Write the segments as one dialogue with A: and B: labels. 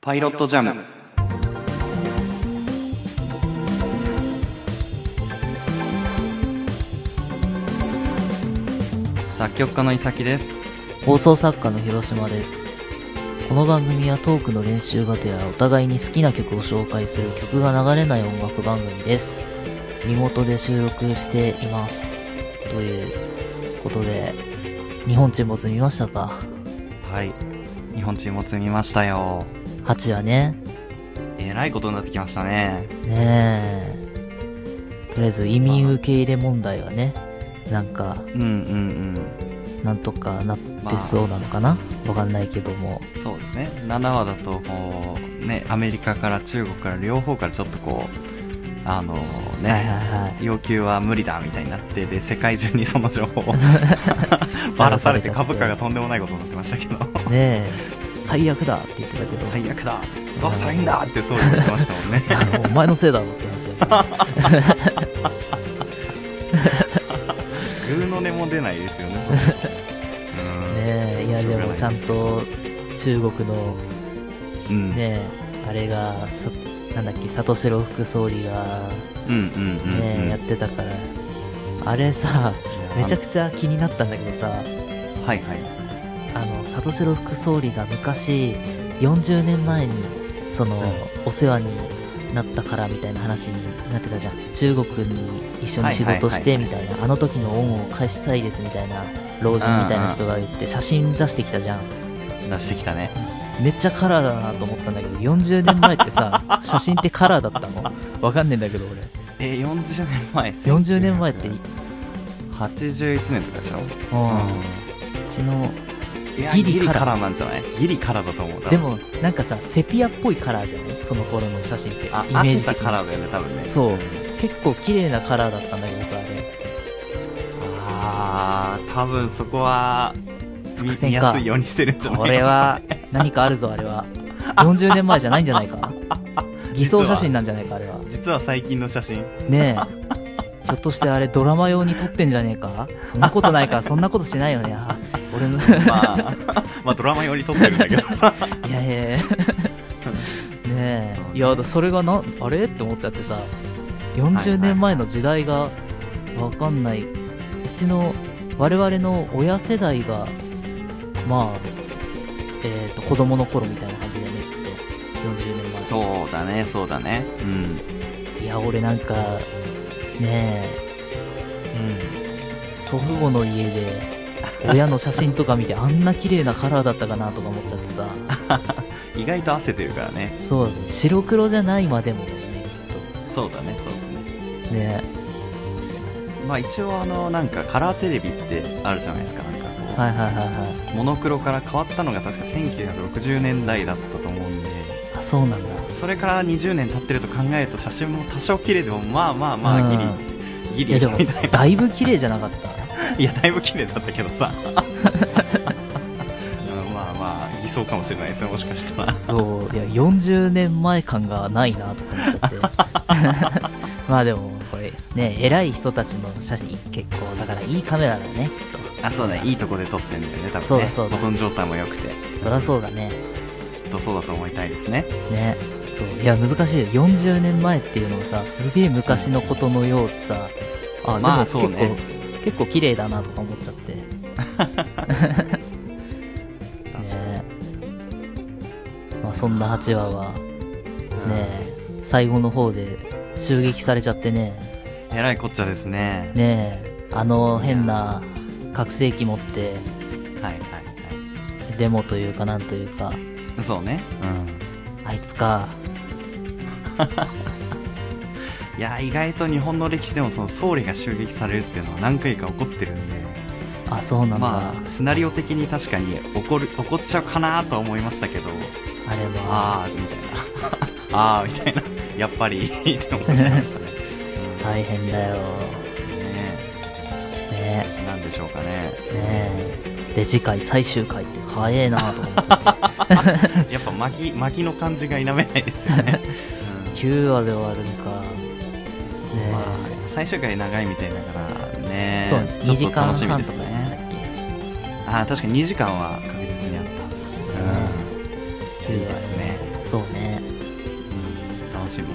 A: パイロットジャム。作曲家のいさきです。
B: 放送作家の広島です。この番組はトークの練習がてらお互いに好きな曲を紹介する曲が流れない音楽番組です。リモートで収録しています。ということで、日本沈没見ましたか
A: はい。日本沈没見ましたよ。
B: ?8 話ね。
A: えらいことになってきましたね。
B: ねえ。とりあえず移民受け入れ問題はね、なんか、
A: うんうん
B: なんとかなってそうなのかなわかんないけども。
A: うん。そうですね。7話だと、こう、ね、アメリカから中国から両方からちょっとこう、あのね、
B: はいはいはい。
A: 要求は無理だみたいになってで世界中にその情報 を ばらされて株価がとんでもないことになってましたけど
B: ねえ、最悪だって言ってたけど。
A: 最悪だどうしたらいいんだってそう言ってましたもんね
B: あのお前のせいだろって話だよね
A: グーの根も出ないですよねそれうん
B: ねえいや
A: しょう
B: で
A: がない
B: も
A: す
B: ちゃんと中国の
A: うん
B: ねえあれがさなんだっけ里城副総理が
A: うんうんうんうん
B: ねえやってたからあれさめちゃ
A: ち
B: くちゃ気になったんだけどさ
A: ゃはいはい
B: あの里城副総理が昔40年前にその、
A: うん
B: お世話になったからみたいな話になってたじゃん中国に一緒に仕事し
A: はい
B: て
A: はい
B: みたいなあの時の恩を返したいですみたいな老人みたいな人が言って写真出してきたじゃん
A: 出してきたね
B: めっちゃカラーだなと思ったんだけど40年前って さ写真ってカラーだったのわかんねえんだけど俺
A: えー、40年前
B: 40年前って、うん、う
A: 81年とかでしょ
B: ちの
A: いや
B: ギ
A: ギ
B: リ
A: リ
B: カラー
A: からなんじゃないギリからだと思う多分
B: でもなんかさセピアっぽいカラーじゃないその頃の写真ってイメ
A: あ
B: ー
A: 汗
B: ジ
A: した
B: 的に
A: カラーだよね多分ね
B: そう。結構綺麗なカラーだったんだけどさ、あれ。
A: あー、多分そこは、見
B: 伏線
A: 見
B: か
A: やすいようにしてるんじゃない
B: これは、何かあるぞ、あれは。40年前じゃないんじゃない か。偽装写真なんじゃないか、あれは。
A: 実は最近の写真。
B: ねえ。ひょっとしてあれドラマ用に撮ってんじゃねえかそんなことないか、そんなことしないよね。あ俺の、い
A: まあ、 まあドラマより撮ってるんだけどさ。
B: やいやいや。ねえ。いや、だそれがな、あれって思っちゃってさ、40年前の時代がわかんない。うちの、我々の親世代が、まあ、えっ、と、子供の頃みたいな感じだよね、きっと。40年前。
A: そうだね、そうだね。うん。
B: いや、俺なんか、ねえ、祖父母の家で、親の写真 とか見てあんな綺麗なカラーだったかなとか思っちゃってさ。
A: 意外と汗てるからね。
B: そうだね。白黒じゃないまでもだよね、き
A: そうだね、そうだね。
B: っと。ね
A: まあ一応あの、なんかカラーテレビってあるじゃないですか、なんかこ
B: え。
A: う。
B: はいはいはいはい。
A: モノクロから変わったのが確か1960年代だったと思うんで、
B: あ、そうなんだ。
A: それから20年経ってると考えると写真も多少綺麗でも、まあまあまあ、ギ
B: うん
A: リ、ギ
B: い
A: リ
B: や
A: み
B: で
A: た
B: も
A: いな。、
B: だいぶ綺麗じゃなかった。
A: いや、だいぶ綺麗だったけどさ。 うんまあまあ、偽装かもしれないですね、もしかしたら。
B: そう、いや、40年前感がないなって思っちゃって。 まあでも、これ、ね、偉い人たちの写真、結構、だからいいカメラだね、きっ
A: あ、そうだね、いいとこで撮ってんだよね、多分ね。
B: そうだそうだ
A: 保存状態も良くて。
B: と。そりゃそうだね。
A: きっとそうだと思いたいですね。
B: ね。そう、いや、難しいよ。40年前っていうのをさ、すげえ昔のことのようでさ、あ、
A: まあ
B: で
A: そ
B: も
A: う
B: 結構、
A: ね
B: 結構綺麗だなとか思っちゃ って。ね。まあそんな8話は、ねえ、最後の方で襲撃されちゃってね、
A: えらいこっちゃですね。
B: ねえ、あの変な覚醒器持って、
A: はいはいは
B: デモというかなんというか、
A: い。そうね。
B: あいつか、
A: うん。いや、意外と日本の歴史でもその総理が襲撃されるっていうのは何回か起こってるんで、
B: あ、そうなんだ。
A: まあ、シナリオ的に確かに起こる、起こっちゃうかなとは思いましたけど、
B: あ、れは、
A: あーみたいなあーみたいな やっぱり って思っちゃいましたね,、
B: 大変だよ。
A: うん、ね
B: ね
A: えなんでしょうかね
B: え、ねえ。で、次回最終回って早えなと思 って。
A: やっぱ巻き 巻きの感じが否めないですよ ね、
B: 9話で終わるんか。
A: うん
B: ね
A: まあ最終回長いみたいだからね
B: え。そうです。
A: ちょ
B: 2
A: っ
B: 時
A: と
B: 間
A: 楽しみ
B: 半
A: で
B: と
A: す
B: かなんだ
A: ね
B: っけ。
A: あー確かに2時間は確実にあったはず、うんいいですね
B: そうね
A: うん楽しみ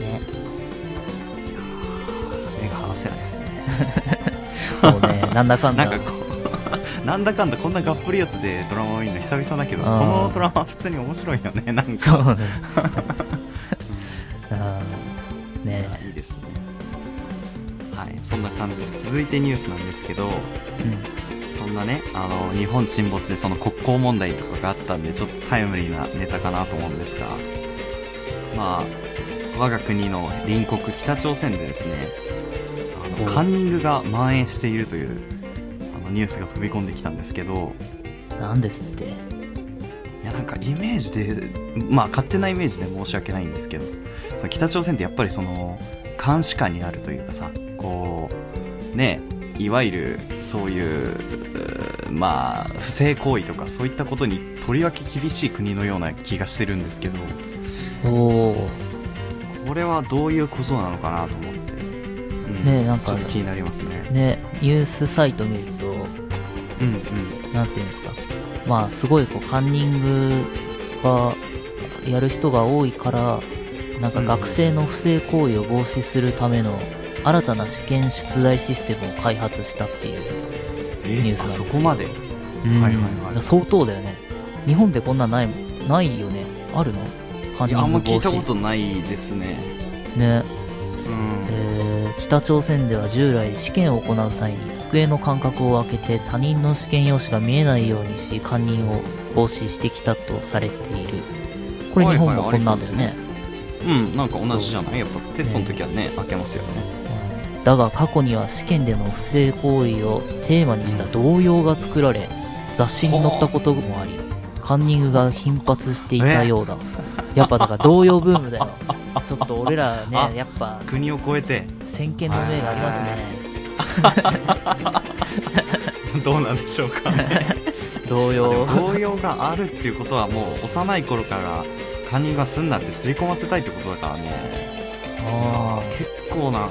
B: ね
A: 目が離せないですね
B: そう ねなんだかんだ
A: なんかこう なんだかんだこんながっぷりやつでドラマを見るの久々だけどこ
B: あー
A: のドラマは普通に面白いよねなんか
B: そうねうんね
A: いいですねはいそんな感じで続いてニュースなんですけど
B: う
A: そんなねあの日本沈没でその国交問題とかがあったんでちょっとタイムリーなネタかなと思うんですがまあ我が国の隣国北朝鮮でですねあの
B: お
A: カンニングが蔓延しているというあのニュースが飛び込んできたんですけど
B: んなんです って
A: いやなんかイメージでまあ勝手なイメージで申し訳ないんですけどその北朝鮮ってやっぱりその監視下にあるというかさこうねいわゆるそういううーまあ不正行為とかそういったことにとりわけ厳しい国のような気がしてるんですけど
B: おおー
A: これはどういうことなのかなと思って、うん
B: ねえなんか
A: ちょっと気になりますね
B: ねニュースサイト見ると
A: うんうん
B: なんていうんですかまあすごいこうカンニングがやる人が多いからなんか学生の不正行為を防止するための新たな試験出題システムを開発したっていう、
A: え
B: ニュースなん
A: あ
B: です
A: そ
B: けど
A: こまではいはいはい
B: だから相当だよね日本でこんなんないもんないよねあるのカ
A: い
B: ンニ
A: やあん
B: ン
A: ま
B: グ
A: 聞
B: 防
A: いたこ
B: 止
A: とないですね
B: ね
A: うん
B: えー北朝鮮では従来試験を行う際に机の間隔を空けて他人の試験用紙が見えないようにしカンニングを防止してきたとされているこれ
A: はい
B: 日
A: はい
B: 本もこんなんだよね、
A: うん、なんか同じじゃないやっぱテストの時はね、開けますよね。
B: うんだが過去には試験での不正行為をテーマにした童謡が作られ雑誌に載ったこともありカンニングが頻発していたようだやっぱだから童謡ブームだよちょっと俺ら
A: あ
B: ねやっぱ
A: 国を越えて、
B: 先見の明がありますね
A: どうなんでしょうかね。
B: 童
A: で
B: 謡
A: も動揺があるっていうことはもう幼い頃から、カンニングはすんなって刷り込ませたいってことだからね。
B: あー
A: 結構な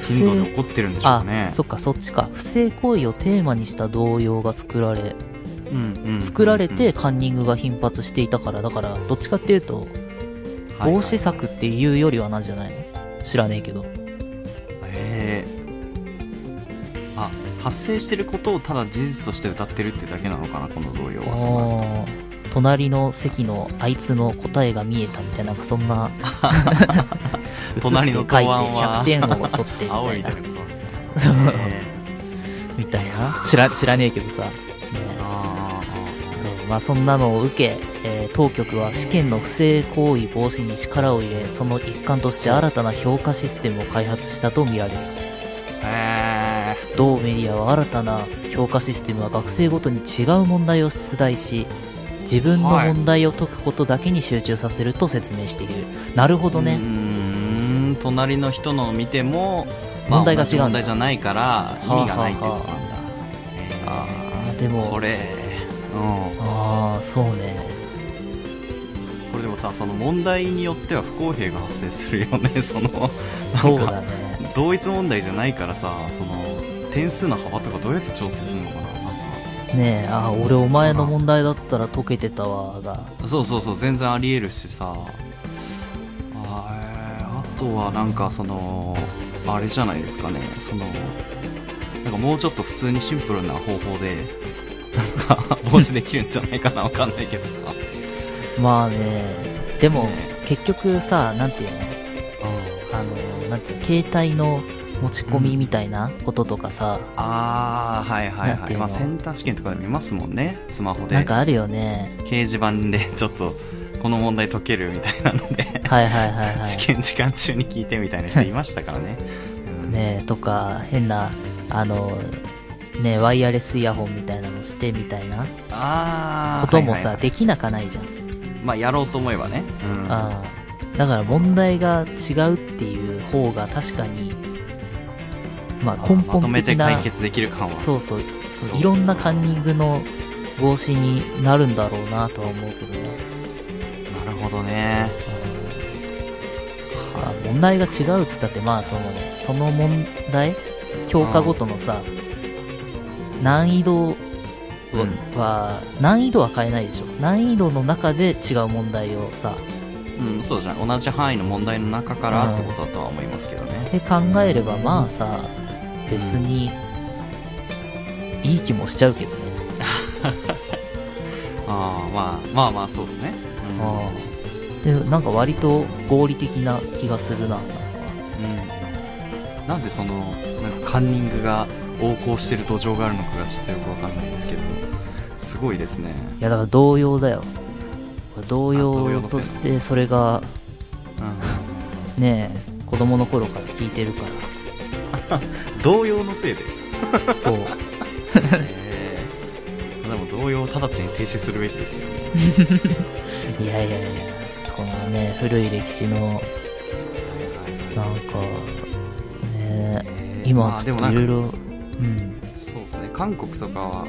A: 頻度で起こってるんでしょうね。
B: そっかそっちか不正行為をテーマにした童謡が作られ
A: うんうん
B: 作られ
A: うんうん
B: てカンニングが頻発していたからだからどっちかっていうと防
A: はいはい
B: 止策っていうよりはなんじゃないの知らねえけど
A: へーあ、発生してることをただ事実として歌ってるってだけなのかな、この動揺は。そうなると
B: あー隣の席のあいつの答えが見えたみたいななんかそんな
A: 隣の答
B: 答
A: 案
B: 案
A: は
B: は100点を取ってみ た
A: 仰
B: い
A: い
B: な
A: で ること。
B: そう
A: へー
B: みたいな知ら知らねえけどさ、ね
A: あーあーあー
B: そうまあ、そんなのを受け、えー当局は試験の不正行為防止に力を入れその一環として新たな評価システムを開発したとみられる
A: えー
B: 同メディアは新たな評価システムは学生ごとに違う問題を出題し自分の問題を解くことだけに集中させると説明している、なるほど
A: う
B: ね、
A: ーん隣の人のを見ても、まあ
B: 問題が
A: 同
B: 違うんだ
A: じ問題じゃないから意味がないってことなんだ、え
B: ああで
A: ーこ
B: も
A: れ、うん、
B: ああそうね
A: これでもさその問題によっては不公平が発生するよね その
B: そうだね
A: 同一問題じゃないからさその点数の幅とかどうやって調整するのかななん
B: ねえああ俺お前の問題だったら解けてたわが
A: かそうそうそう全然ありえるしさあーあとはなんかそのあれじゃないですかねそのなんかもうちょっと普通にシンプルな方法でなんか防止できるんじゃないかなわかんないけどさ
B: まあねでも
A: ね
B: 結局さなんていうのあのなんていうの携帯の持ち込みみたいなこととかさ、
A: ああはいはい
B: なん
A: は
B: て
A: い
B: いう
A: ま
B: の
A: あセンター試験とかで見ますもんねスマホ
B: なん
A: で
B: かある よね
A: 掲示板でちょっとこの問題解けるみたいなので、
B: はいはいはいは
A: 試
B: い
A: 験時間中に聞いてみたいな人いましたから ね、うん
B: ねえとか変なあのねえワイヤレスイヤホンみたいなのしてみたいな
A: ああ
B: こともさ、
A: はいはい
B: できなかないじゃん
A: まあやろうと思えばね、うん
B: ああだから問題が違うっていう方が確かにまあ根
A: まと
B: 本
A: めて
B: 的な
A: 解決できる感は
B: そうそうそ
A: そう
B: のいろんなカンニングの防止になるんだろうなとは思うけどね、
A: なるほどね
B: うんまあ、問題が違うっつったってまあそのその問題教科ごとのさ難易度は、難易度は変えないでしょ難易度の中で違う問題をさ
A: うん、そうじゃない同じ範囲の問題の中からってことだとは思いますけど
B: っ
A: ね。
B: て考えればまあさ別にいい気もしちゃうけどね
A: ああ、まあ、まあまあ、そうですね。うん
B: ああでなんか割と合理的な気がするななんか
A: うん、なんでそのなんかカンニングが横行してる土壌があるのかがちょっとよくわかんないんですけどすごいですね
B: いやだから同様だよ同
A: あ同様
B: 様
A: の
B: と
A: 線
B: してそれが
A: う
B: ねえ子供の頃から聞いてるか
A: ん同様のせ いで、
B: らそう
A: えーでも同様を直ちに停止するべきですよ
B: いやいやいやこのね古い歴史のなんかね
A: えー
B: 今
A: ま
B: は
A: あ
B: ち
A: で
B: ょっ
A: も
B: と
A: ないん
B: ろい
A: か
B: ろうん
A: そうですね韓国とかは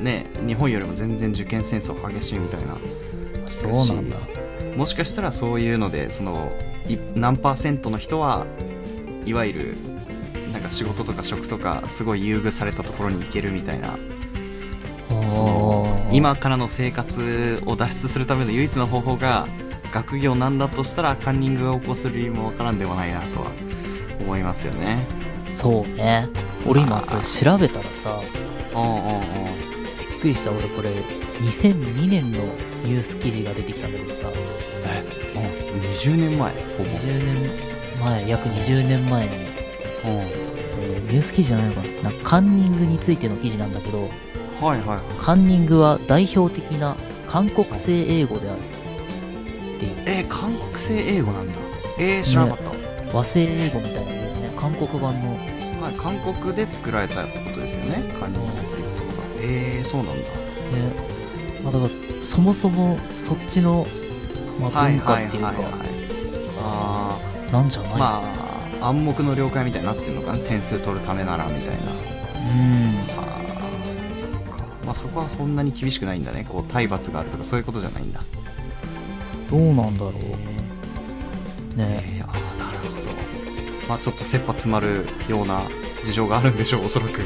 A: ね日本よりも全然受験戦争激しいみたいな
B: そうなんだ
A: もしかしたらそういうのでそのい何パーセントの人はいわゆるなんか仕事とか職とかすごい優遇されたところに行けるみたいなその
B: おー
A: 今からの生活を脱出するための唯一の方法が学業なんだとしたらカンニングが起こす理由もわからんでもないなとは思いますよね。
B: そうね俺今
A: あー
B: これ調べたらさ
A: おうおうおう
B: びっくりした俺これ2002年のニュース記事が出てきたんだけどさ
A: おう20年前ほぼ
B: 20年前約20年前
A: お
B: に、
A: う
B: えーニュース記事じゃないのかななんかカンニングについての記事なんだけど
A: はいはい
B: カンニングは代表的な韓国製英語であるっていう
A: えー韓国製英語なんだえー、知らなかった、
B: 和製英語みたいなのね韓国版の
A: まあ、韓国で作られたってことですよねカンニングっていうことがえー、そうなんだ
B: ね、まあ、だからそもそもそっちの、まあ、文化っていう
A: はいはいはい
B: か
A: はいあ
B: なんじゃ
A: あ
B: ない、
A: まあ暗黙の了解みたいになってるのかな点数取るためならみたいな
B: うん
A: あーそっかまあそこはそんなに厳しくないんだねこう体罰があるとかそういうことじゃないんだ
B: どうなんだろう
A: え
B: ね
A: ー、あーなるほどまあちょっと切羽詰まるような事情があるんでしょうおそらく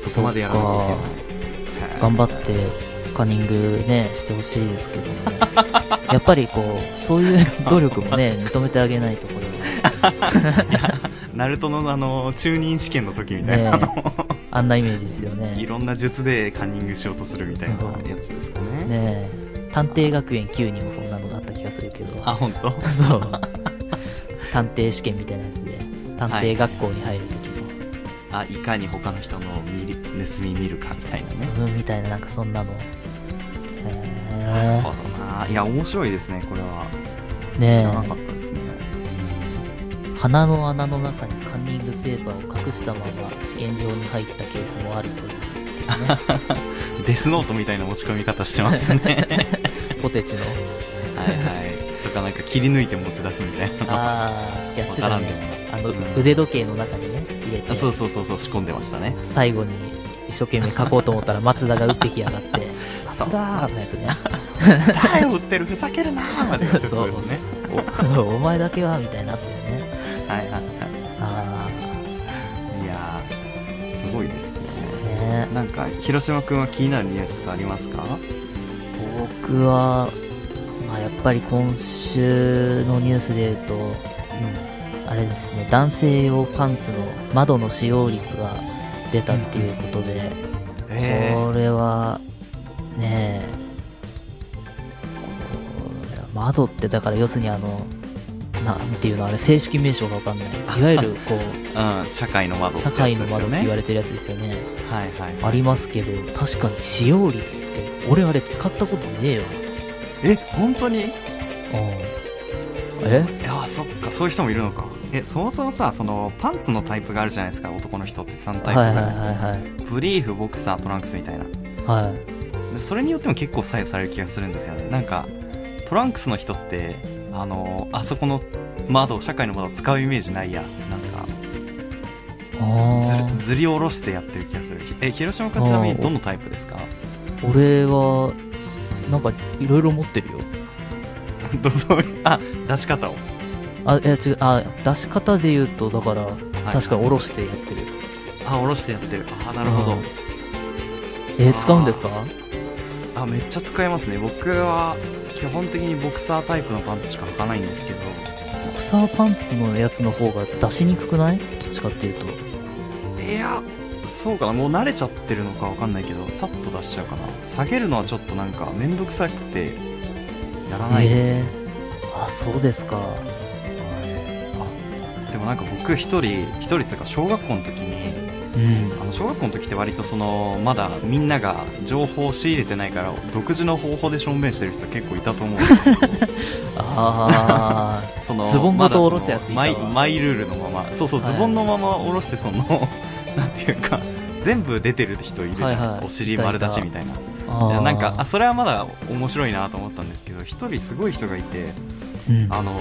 A: そこまでやらなきゃいけない
B: 頑張ってカンニングねしてほしいですけども やっぱりこうそういう努力も ね認めてあげないとこれは
A: ナルトのあの中任試験の時みたい
B: ね
A: な、
B: あんなイメージですよね
A: いろんな術でカンニングしようとするみたいな
B: そう
A: やつですかね
B: ねえ探偵学園9にもそんなのがあった気がするけど
A: あ本当は
B: そう探偵試験みたいなやつで探偵学校に入る時の、
A: あいかに他の人の見る盗み見るかみたいなね
B: うんみたいななんかそんなのへ
A: なる
B: え
A: ほどないや面白いですねこれは知
B: ね
A: らなか
B: え
A: ったですね、
B: 鼻の穴の中にカンニングペーパーを隠したまま試験場に入ったケースもあるという
A: デスノートみたいな持ち込み方してます ね
B: ポテチ の
A: はいはいとかなんか切り抜いて持ち出すみたいな
B: ああやって
A: わから
B: た
A: んでもな
B: ねあの、
A: うん
B: 腕時計の中にね入れて
A: あそうそうそうそう仕込んでましたね
B: 最後に一生懸命書こうと思ったら松田が打ってきやがって
A: そう
B: 松田ーのやつね
A: 誰を売ってるふざけるなーまでそう
B: そう
A: ですね
B: おお前だけはみたいになってね
A: はいはいは
B: あ
A: いいやーすごいですね
B: あね
A: なんか広島くんは気になるニュースとかありますか
B: 僕は、まあ、やっぱり今週のニュースで言うとあれですね男性用パンツの窓の使用率が出たっていうことで、
A: えー
B: これはねえこれは窓ってだから要するにあのなんていうのあれ正式名称がわ かんないいわゆるこう
A: うん、社会の窓って
B: 社
A: やつで
B: 会
A: すよね
B: の窓って言われてるやつですよね
A: はいはい
B: ありますけど確かに使用率って俺あれ使ったことねえよ
A: え本当にい
B: うんえ
A: やそっかそういう人もいるのかえそもそもさそのパンツのタイプがあるじゃないですか男の人って3タイプぐ
B: はいは
A: ら
B: い
A: い、
B: はいはい
A: ブリーフボクサートランクスみたいな
B: はい
A: でそれによっても結構左右される気がするんですよねなんかトランクスの人ってあのあそこの窓社会の窓を使うイメージないやなんか
B: あ
A: ずずり下ろしてやってる気がするえ広島君ちなみにどのタイプですか
B: あ俺はなんかいろいろ持ってるよ
A: どうぞあ出し方を
B: あいや違うあ出し方で言うとだから、
A: い
B: 確かに下ろしてやってる
A: あ下ろしてやってるあなるほど、
B: うんえー使うんですか
A: あめっちゃ使えますね僕は基本的にボクサータイプのパンツしか履かないんですけど
B: ボクサーパンツのやつの方が出しにくくないどっちかっていうと
A: いやそうかなもう慣れちゃってるのかわかんないけどさっと出しちゃうかな下げるのはちょっとなんか面倒くさくてやらないですね、
B: えーあそうですか
A: はいあでもなんか僕一人一人っていうか小学校の時に
B: うん
A: あの小学校の時って割とそのまだみんなが情報を仕入れてないから独自の方法で証明してる人結構いたと思うんですけど
B: ああ
A: その
B: ズボン
A: ま
B: ごと
A: だその
B: 下ろすやついたわ
A: マイマイルールのままそうそう、
B: はい
A: ズボンのまま下ろしてその なんていうか全部出てる人いるじゃないですか、
B: はいはい
A: お尻丸出しみたいな
B: あ
A: いや
B: ー
A: なんかあそれはまだ面白いなと思ったんですけど一人すごい人がいて
B: うん
A: あの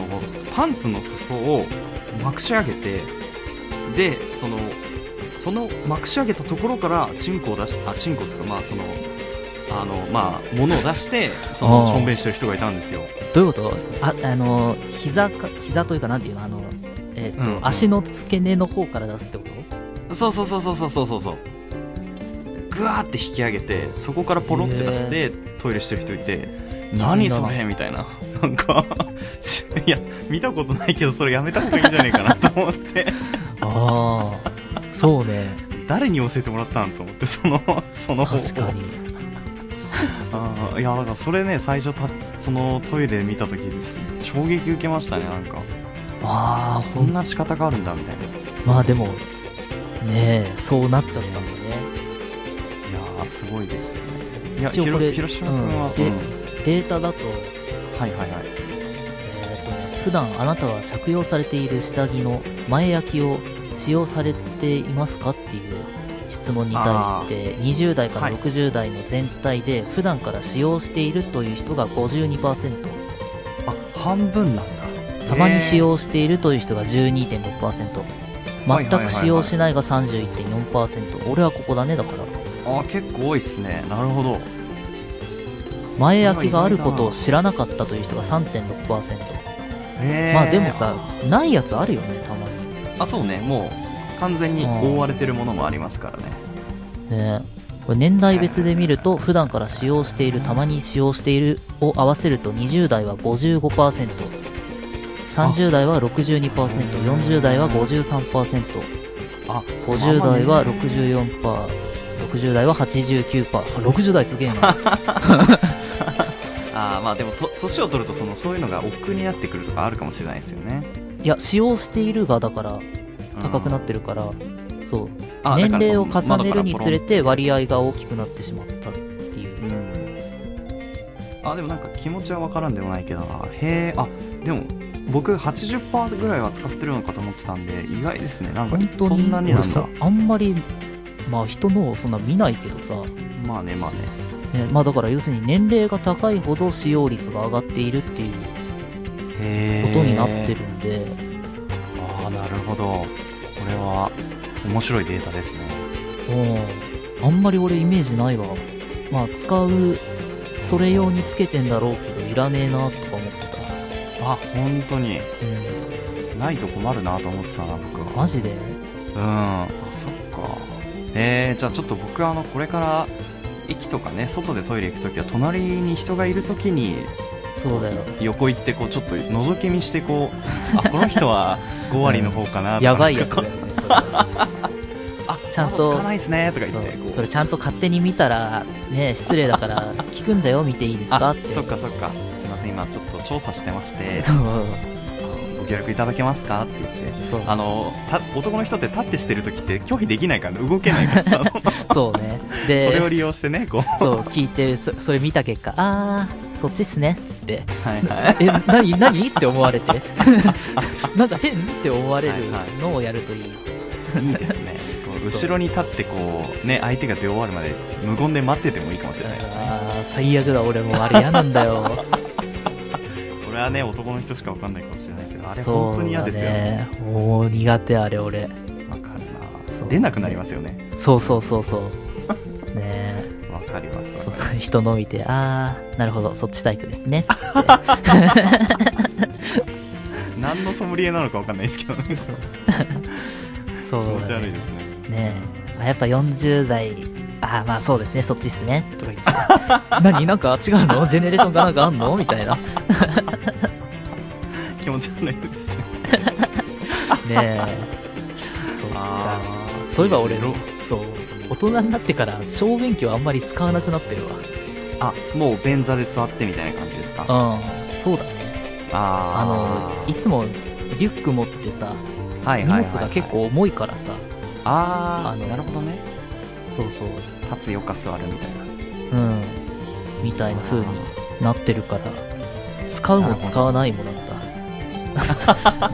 A: パンツの裾をまくし上げてでそのそのまくし上げたところからチンコを出しあチンコっていうかまあそのあのまあ物を出してその
B: あー
A: しょんべんしてる人がいたんですよ
B: どういうことあ、あの、膝か、膝というかなんていうのあの、えっ、と、
A: うんうん
B: 足の付け根の方から出すってこと
A: そうそうそうそうそうそうそうそうぐわーって引き上げてそこからポロって出してトイレしてる人いて何その辺みたいななんかしいや見たことないけどそれやめた方がいいんじゃないかなと思って
B: ああ、そ うね。
A: 誰に教えてもらったんと思ってそのその方
B: 確か
A: 法
B: に。
A: あーいやだからそれね最初たそのトイレ見た時です衝撃受けましたねなんか
B: ああ、
A: こ
B: ほ
A: ん
B: ん、
A: な仕方があるんだみたいない
B: まあでも、ねえ、そうなっちゃったんだね。
A: やーすごいですよねいや
B: 一応
A: ひろ
B: これ
A: 広島君は、
B: うんで
A: うん
B: データだと、
A: はいはいはい
B: えっ、とね、普段あなたは着用されている下着の前焼きを使用されていますかっていう質問に対して、20代から
A: はい
B: 60代の全体で普段から使用しているという人が52%、
A: あ半分なんだ
B: たまに使用しているという人が12.6%、
A: はいはいはい
B: 全く使用しないが31.4%、俺はここだねだから、
A: あー結構多いっすねなるほど
B: 前焼きがあることを知らなかったという人が3.6%、
A: え
B: まあでもさ、ないやつあるよね、たまに。
A: あそうねもう完全に覆われてるものもありますからね
B: ねこれ年代別で見ると、普段から使用している、たまに使用しているを合わせると、20代は55%、30代は62%、40代は53%、
A: あ
B: 50代は
A: まあまあね
B: 64%、60代は89%、60代すげえな。
A: あーまあでもと年を取るとそのそういうのが億劫になってくるとかあるかもしれないですよね
B: いや、使用しているが、だから、
A: うん
B: 高くなってるから、そう、
A: あ
B: 年
A: だから
B: 齢
A: そ
B: を
A: の
B: 重ねるにつ
A: 窓
B: れ
A: か
B: て割合が大きくなってしまったってい
A: ら
B: う。
A: ポロンうんあでもなんか気持ちは分からんでもないけどなへえあでも僕80%ぐらいは使ってるのかと思ってたんで意外ですねなんか
B: 本当
A: そ
B: に、
A: んなにな
B: 俺
A: ん
B: さ
A: だ、
B: あんまり、まあ人のをそんな見ないけどさ、
A: まあねまあね
B: ね、まあだから要するに年齢が高いほど使用率が上がっているっていう
A: へ
B: こ
A: え
B: とになってるんで、
A: ああなるほどこれは面白いデータですね
B: うん、あんまり俺イメージないわ。まあ使う、それ用につけてんだろうけど、いらねえなとか思ってた。
A: あ本当に
B: う
A: ないと困るなと思ってたな僕
B: ん、
A: は
B: マジで
A: うんあそっかえー、じゃあちょっと僕はあのこれから駅とかね外でトイレ行く時は隣に人がいる時に
B: そうだよ。
A: 横行ってこうちょっと覗き見してこうあこの人 は5割の方かなとか、
B: やばいやつ
A: こ
B: だ
A: う
B: よね、それは
A: あ
B: ちゃんと
A: まだ使わないですねとか言って
B: そ
A: こ
B: う
A: う
B: それちゃんと勝手に見たら、ね、失礼 だから、聞くんだよ、見ていいですか
A: あ
B: って。
A: そっかそっかすいません今ちょっと調査してまして
B: そう。
A: ご協力いただけますかって言って
B: そう。
A: あのた男の人って立ってしてる時って拒否できないから動けないからさその
B: そうね。
A: それを
B: で、
A: 利用してねこう
B: そう、聞いて、そそれ見た結果、あー、そっちっすね、つって。
A: はいはい
B: え、なに、なにって思われて。なんか変って思われる
A: はいはい
B: のをやるといい。
A: いいですねこう後ろに立ってこうね相手が出終わるまで無言で待っててもいいかもしれないですね
B: あー最悪だ、俺もうあれ嫌なんだよ。
A: 俺はね男の人しか分かんないかもしれないけどあれ
B: そう
A: 本当に嫌ですよね
B: だね。もう苦手、あれ、俺。
A: わかる
B: そ
A: な
B: う
A: 出なくなりますよね
B: そうそうそうそう。ねえ。
A: わかります
B: そう人の見て、あー、なるほど、そっちタイプですね。つって
A: 何のソムリエなのか分かんないですけどね
B: そ
A: 気持
B: う
A: ち
B: だ
A: 悪い
B: ね。
A: ですね
B: ねえ。あやっぱ40代ああまあそうですねそっちっすねとか言って何なんか違う のジェネレーションがなんかあんのみたいなね
A: 気持ち悪いですね
B: えそうかそういえば俺
A: の
B: そう大人になってから小便器はあんまり使わなくなってる
A: あもう便座で座ってみたいな感じですかあ
B: わうんそうだねあ
A: あ
B: のいつもリュック持ってさ
A: の、はい
B: 荷
A: はいはいは
B: 物
A: い
B: が結構重いからさ
A: あ
B: あ
A: あ
B: の
A: なるほどね
B: そうそう
A: 立つよか座るみたいな
B: うんみたいな風になってるから使うも使わないもなんだ
A: あ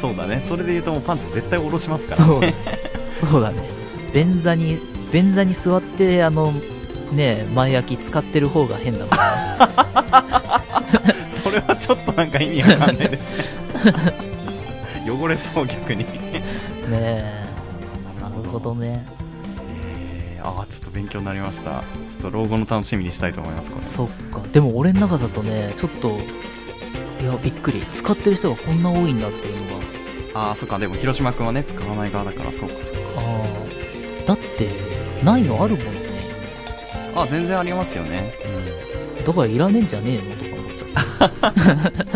A: そうだねそれで言うともうパンツ絶対下ろしますから
B: そうそうだね便座に便座に座ってあのね前焼き使ってる方が変だもん
A: それはちょっとなんか意味わかんないです ね汚れそう逆に
B: ねねえな
A: な
B: るほどね
A: えー、ああちょっと勉強になりましたちょっと老後の楽しみにしたいと思いますこれ
B: そっかでも俺の中だとねちょっといやびっくり使ってる人がこんな多いんだっていうのが
A: ああそっかでも広島君はね使わない側だからそうかそうか
B: ああだってないのあるもんね
A: あ全然ありますよね
B: だからいらねえんじゃねえのとか思っちゃっ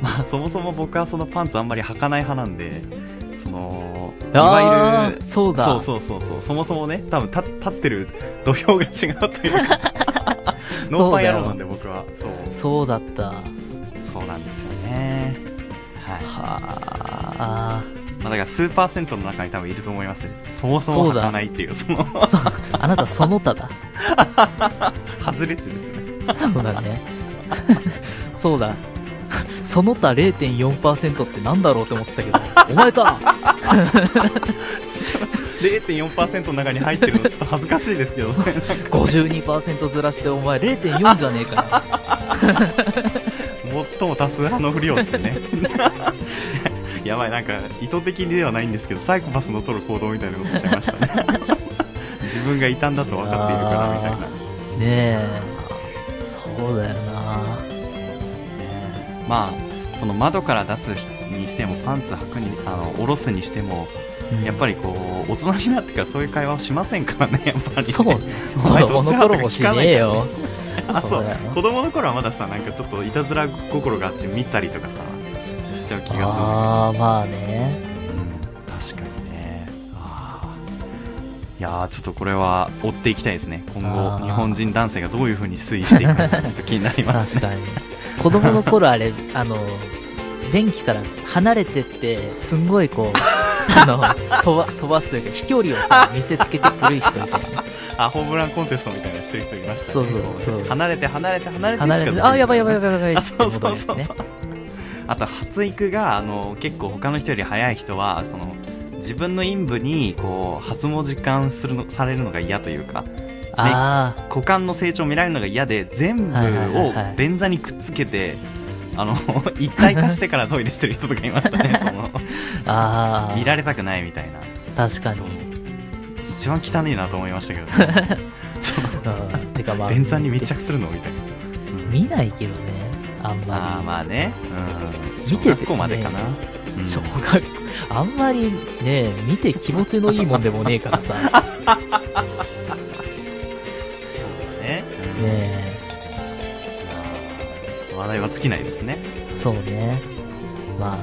A: まあそもそも僕はそのパンツあんまり履かない派なんでそのい
B: た
A: わ
B: あ
A: ゆ
B: ー
A: る
B: そうだ
A: そうそうそうそうそもそもね多分立立ってる土俵が違 うというかノーパン野郎なんで僕はそう
B: そうだったは
A: そうなんですよねはい
B: あ
A: まあ、だから数パーセントの中に多分いると思いますねそもそ
B: そ
A: も
B: うだ
A: 履かないっていうその
B: あなたその他だ
A: 外れ値ですね
B: そうだね。そうだ。その他0.4%ってなんだろうって思ってたけど、お前か
A: 0.4%の中に入ってるのちょっと恥ずかしいですけどね
B: !52% ずらしてお前0.4じゃねえかよ。
A: 最も多数派のふりをしてね やばいなんか意図的ではないんですけどサイコパスの取る行動みたいなことしちゃいましたね 自分が異端だと分かっているからみたいな
B: ねえ。そうだよな。
A: まあその窓から出すにしてもパンツ履くにあの下ろすにしてもやっぱりこう大人になってからそういう会話をしませんからねやっぱりね、
B: そう、
A: お
B: 子
A: 前
B: 供の頃もしねえよ。
A: あ
B: そ
A: そうう
B: だよ
A: 子供の頃はまださなんかちょっといたずら心があって見たりとかさしちゃう気が
B: ああ、まあね。
A: する、うん、確かにねあーいやーちょっとこれは追っていきたいですね今
B: あ
A: 後
B: ー
A: 日本人男性がどういうふうに推移していくのかちょっと気になります
B: 確
A: ね
B: かに。子供の頃あれ、あの、便器から離れてって、すんご いこう、あの、飛ば飛ばすというか、飛距離をさ、見せつけてくる人みたいな。
A: あホームランコンテストみたいなのしてる人いましたね
B: そうそう
A: こ
B: そう
A: 離れて離れて離れて
B: 離れ
A: 近づい
B: て、
A: て
B: あ、やばいやばいやばいやばい。
A: あそうそう
B: って
A: そ
B: こと
A: う
B: です
A: そ
B: ね
A: う、あと発育があの結構他の人より早い人はその自分の陰部にこう発毛実感するのされるのが嫌というか
B: ああ、
A: 股間の成長を見られるのが嫌で全部
B: はいはいはい
A: を
B: はい
A: 便座にくっつけて、あの 一体化してからトイレしてる人とかいましたね そ
B: あ
A: の
B: あ、
A: 見られたくないみたいな
B: 確かに
A: そう。一番汚いなと思いましたけど、 ね、その
B: うんてかまあ、
A: 便座に密着するのみたいな
B: 見ないけどね、あん
A: あー
B: ま
A: まあね、うん、
B: 見
A: 小
B: てて
A: 学校までかな、う
B: り。
A: ん
B: 小学校、あんまりね、見て気持ちのいいもんでもねえからさ、 ね
A: そうだね。うん
B: え、
A: いやー話題は尽きないですね。
B: そうね。まあ、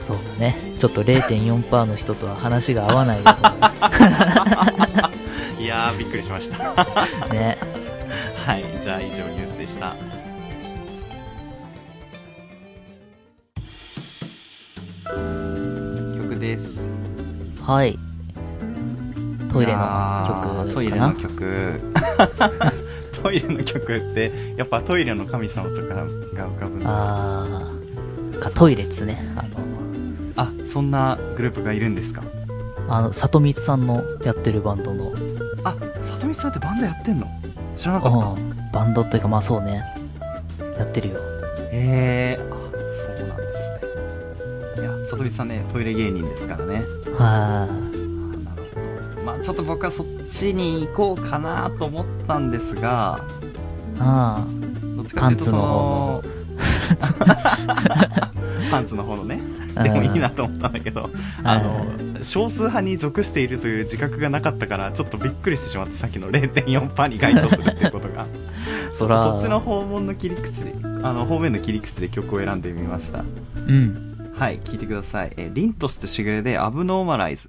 B: そうだね。ちょっと0.4%の人とは話が合わないよと思
A: いやー、びっくりしました。
B: うね。
A: はい、じゃあ以上ニュースでした。曲です。
B: はい。トイレの曲かな。
A: トイレの 曲。トイレの曲って、やっぱトイレの神様とかが浮かぶんだ
B: あーかトイレっすねあの
A: あ、そんなグループがいるんですか
B: あの里光さんのやってるバンドの、うん
A: あ、里光さんってバンドやってんの知らなかった。
B: バンドというかまあそうねやってるよ
A: えー、あそうなんですねいや里見さんねトイレ芸人ですからね
B: は
A: なるほどまあちょっと僕はそっちに行こうかなと思ったんですが
B: ああ
A: どっちかっていうとその パンツの方のね
B: あ
A: でもいいなと思ったんだけど、
B: ん
A: あ
B: はいはい
A: の、少数派に属しているという自覚がなかったから、ちょっとびっくりしてしまって、さっきの0.4%に該当するっていうこと が。
B: そら
A: そっちの訪問の切り口で、あの、方面の切り口で曲を選んでみました。
B: うん
A: はい、聞いてください。えー、凛としてしぐれでアブノーマライズ。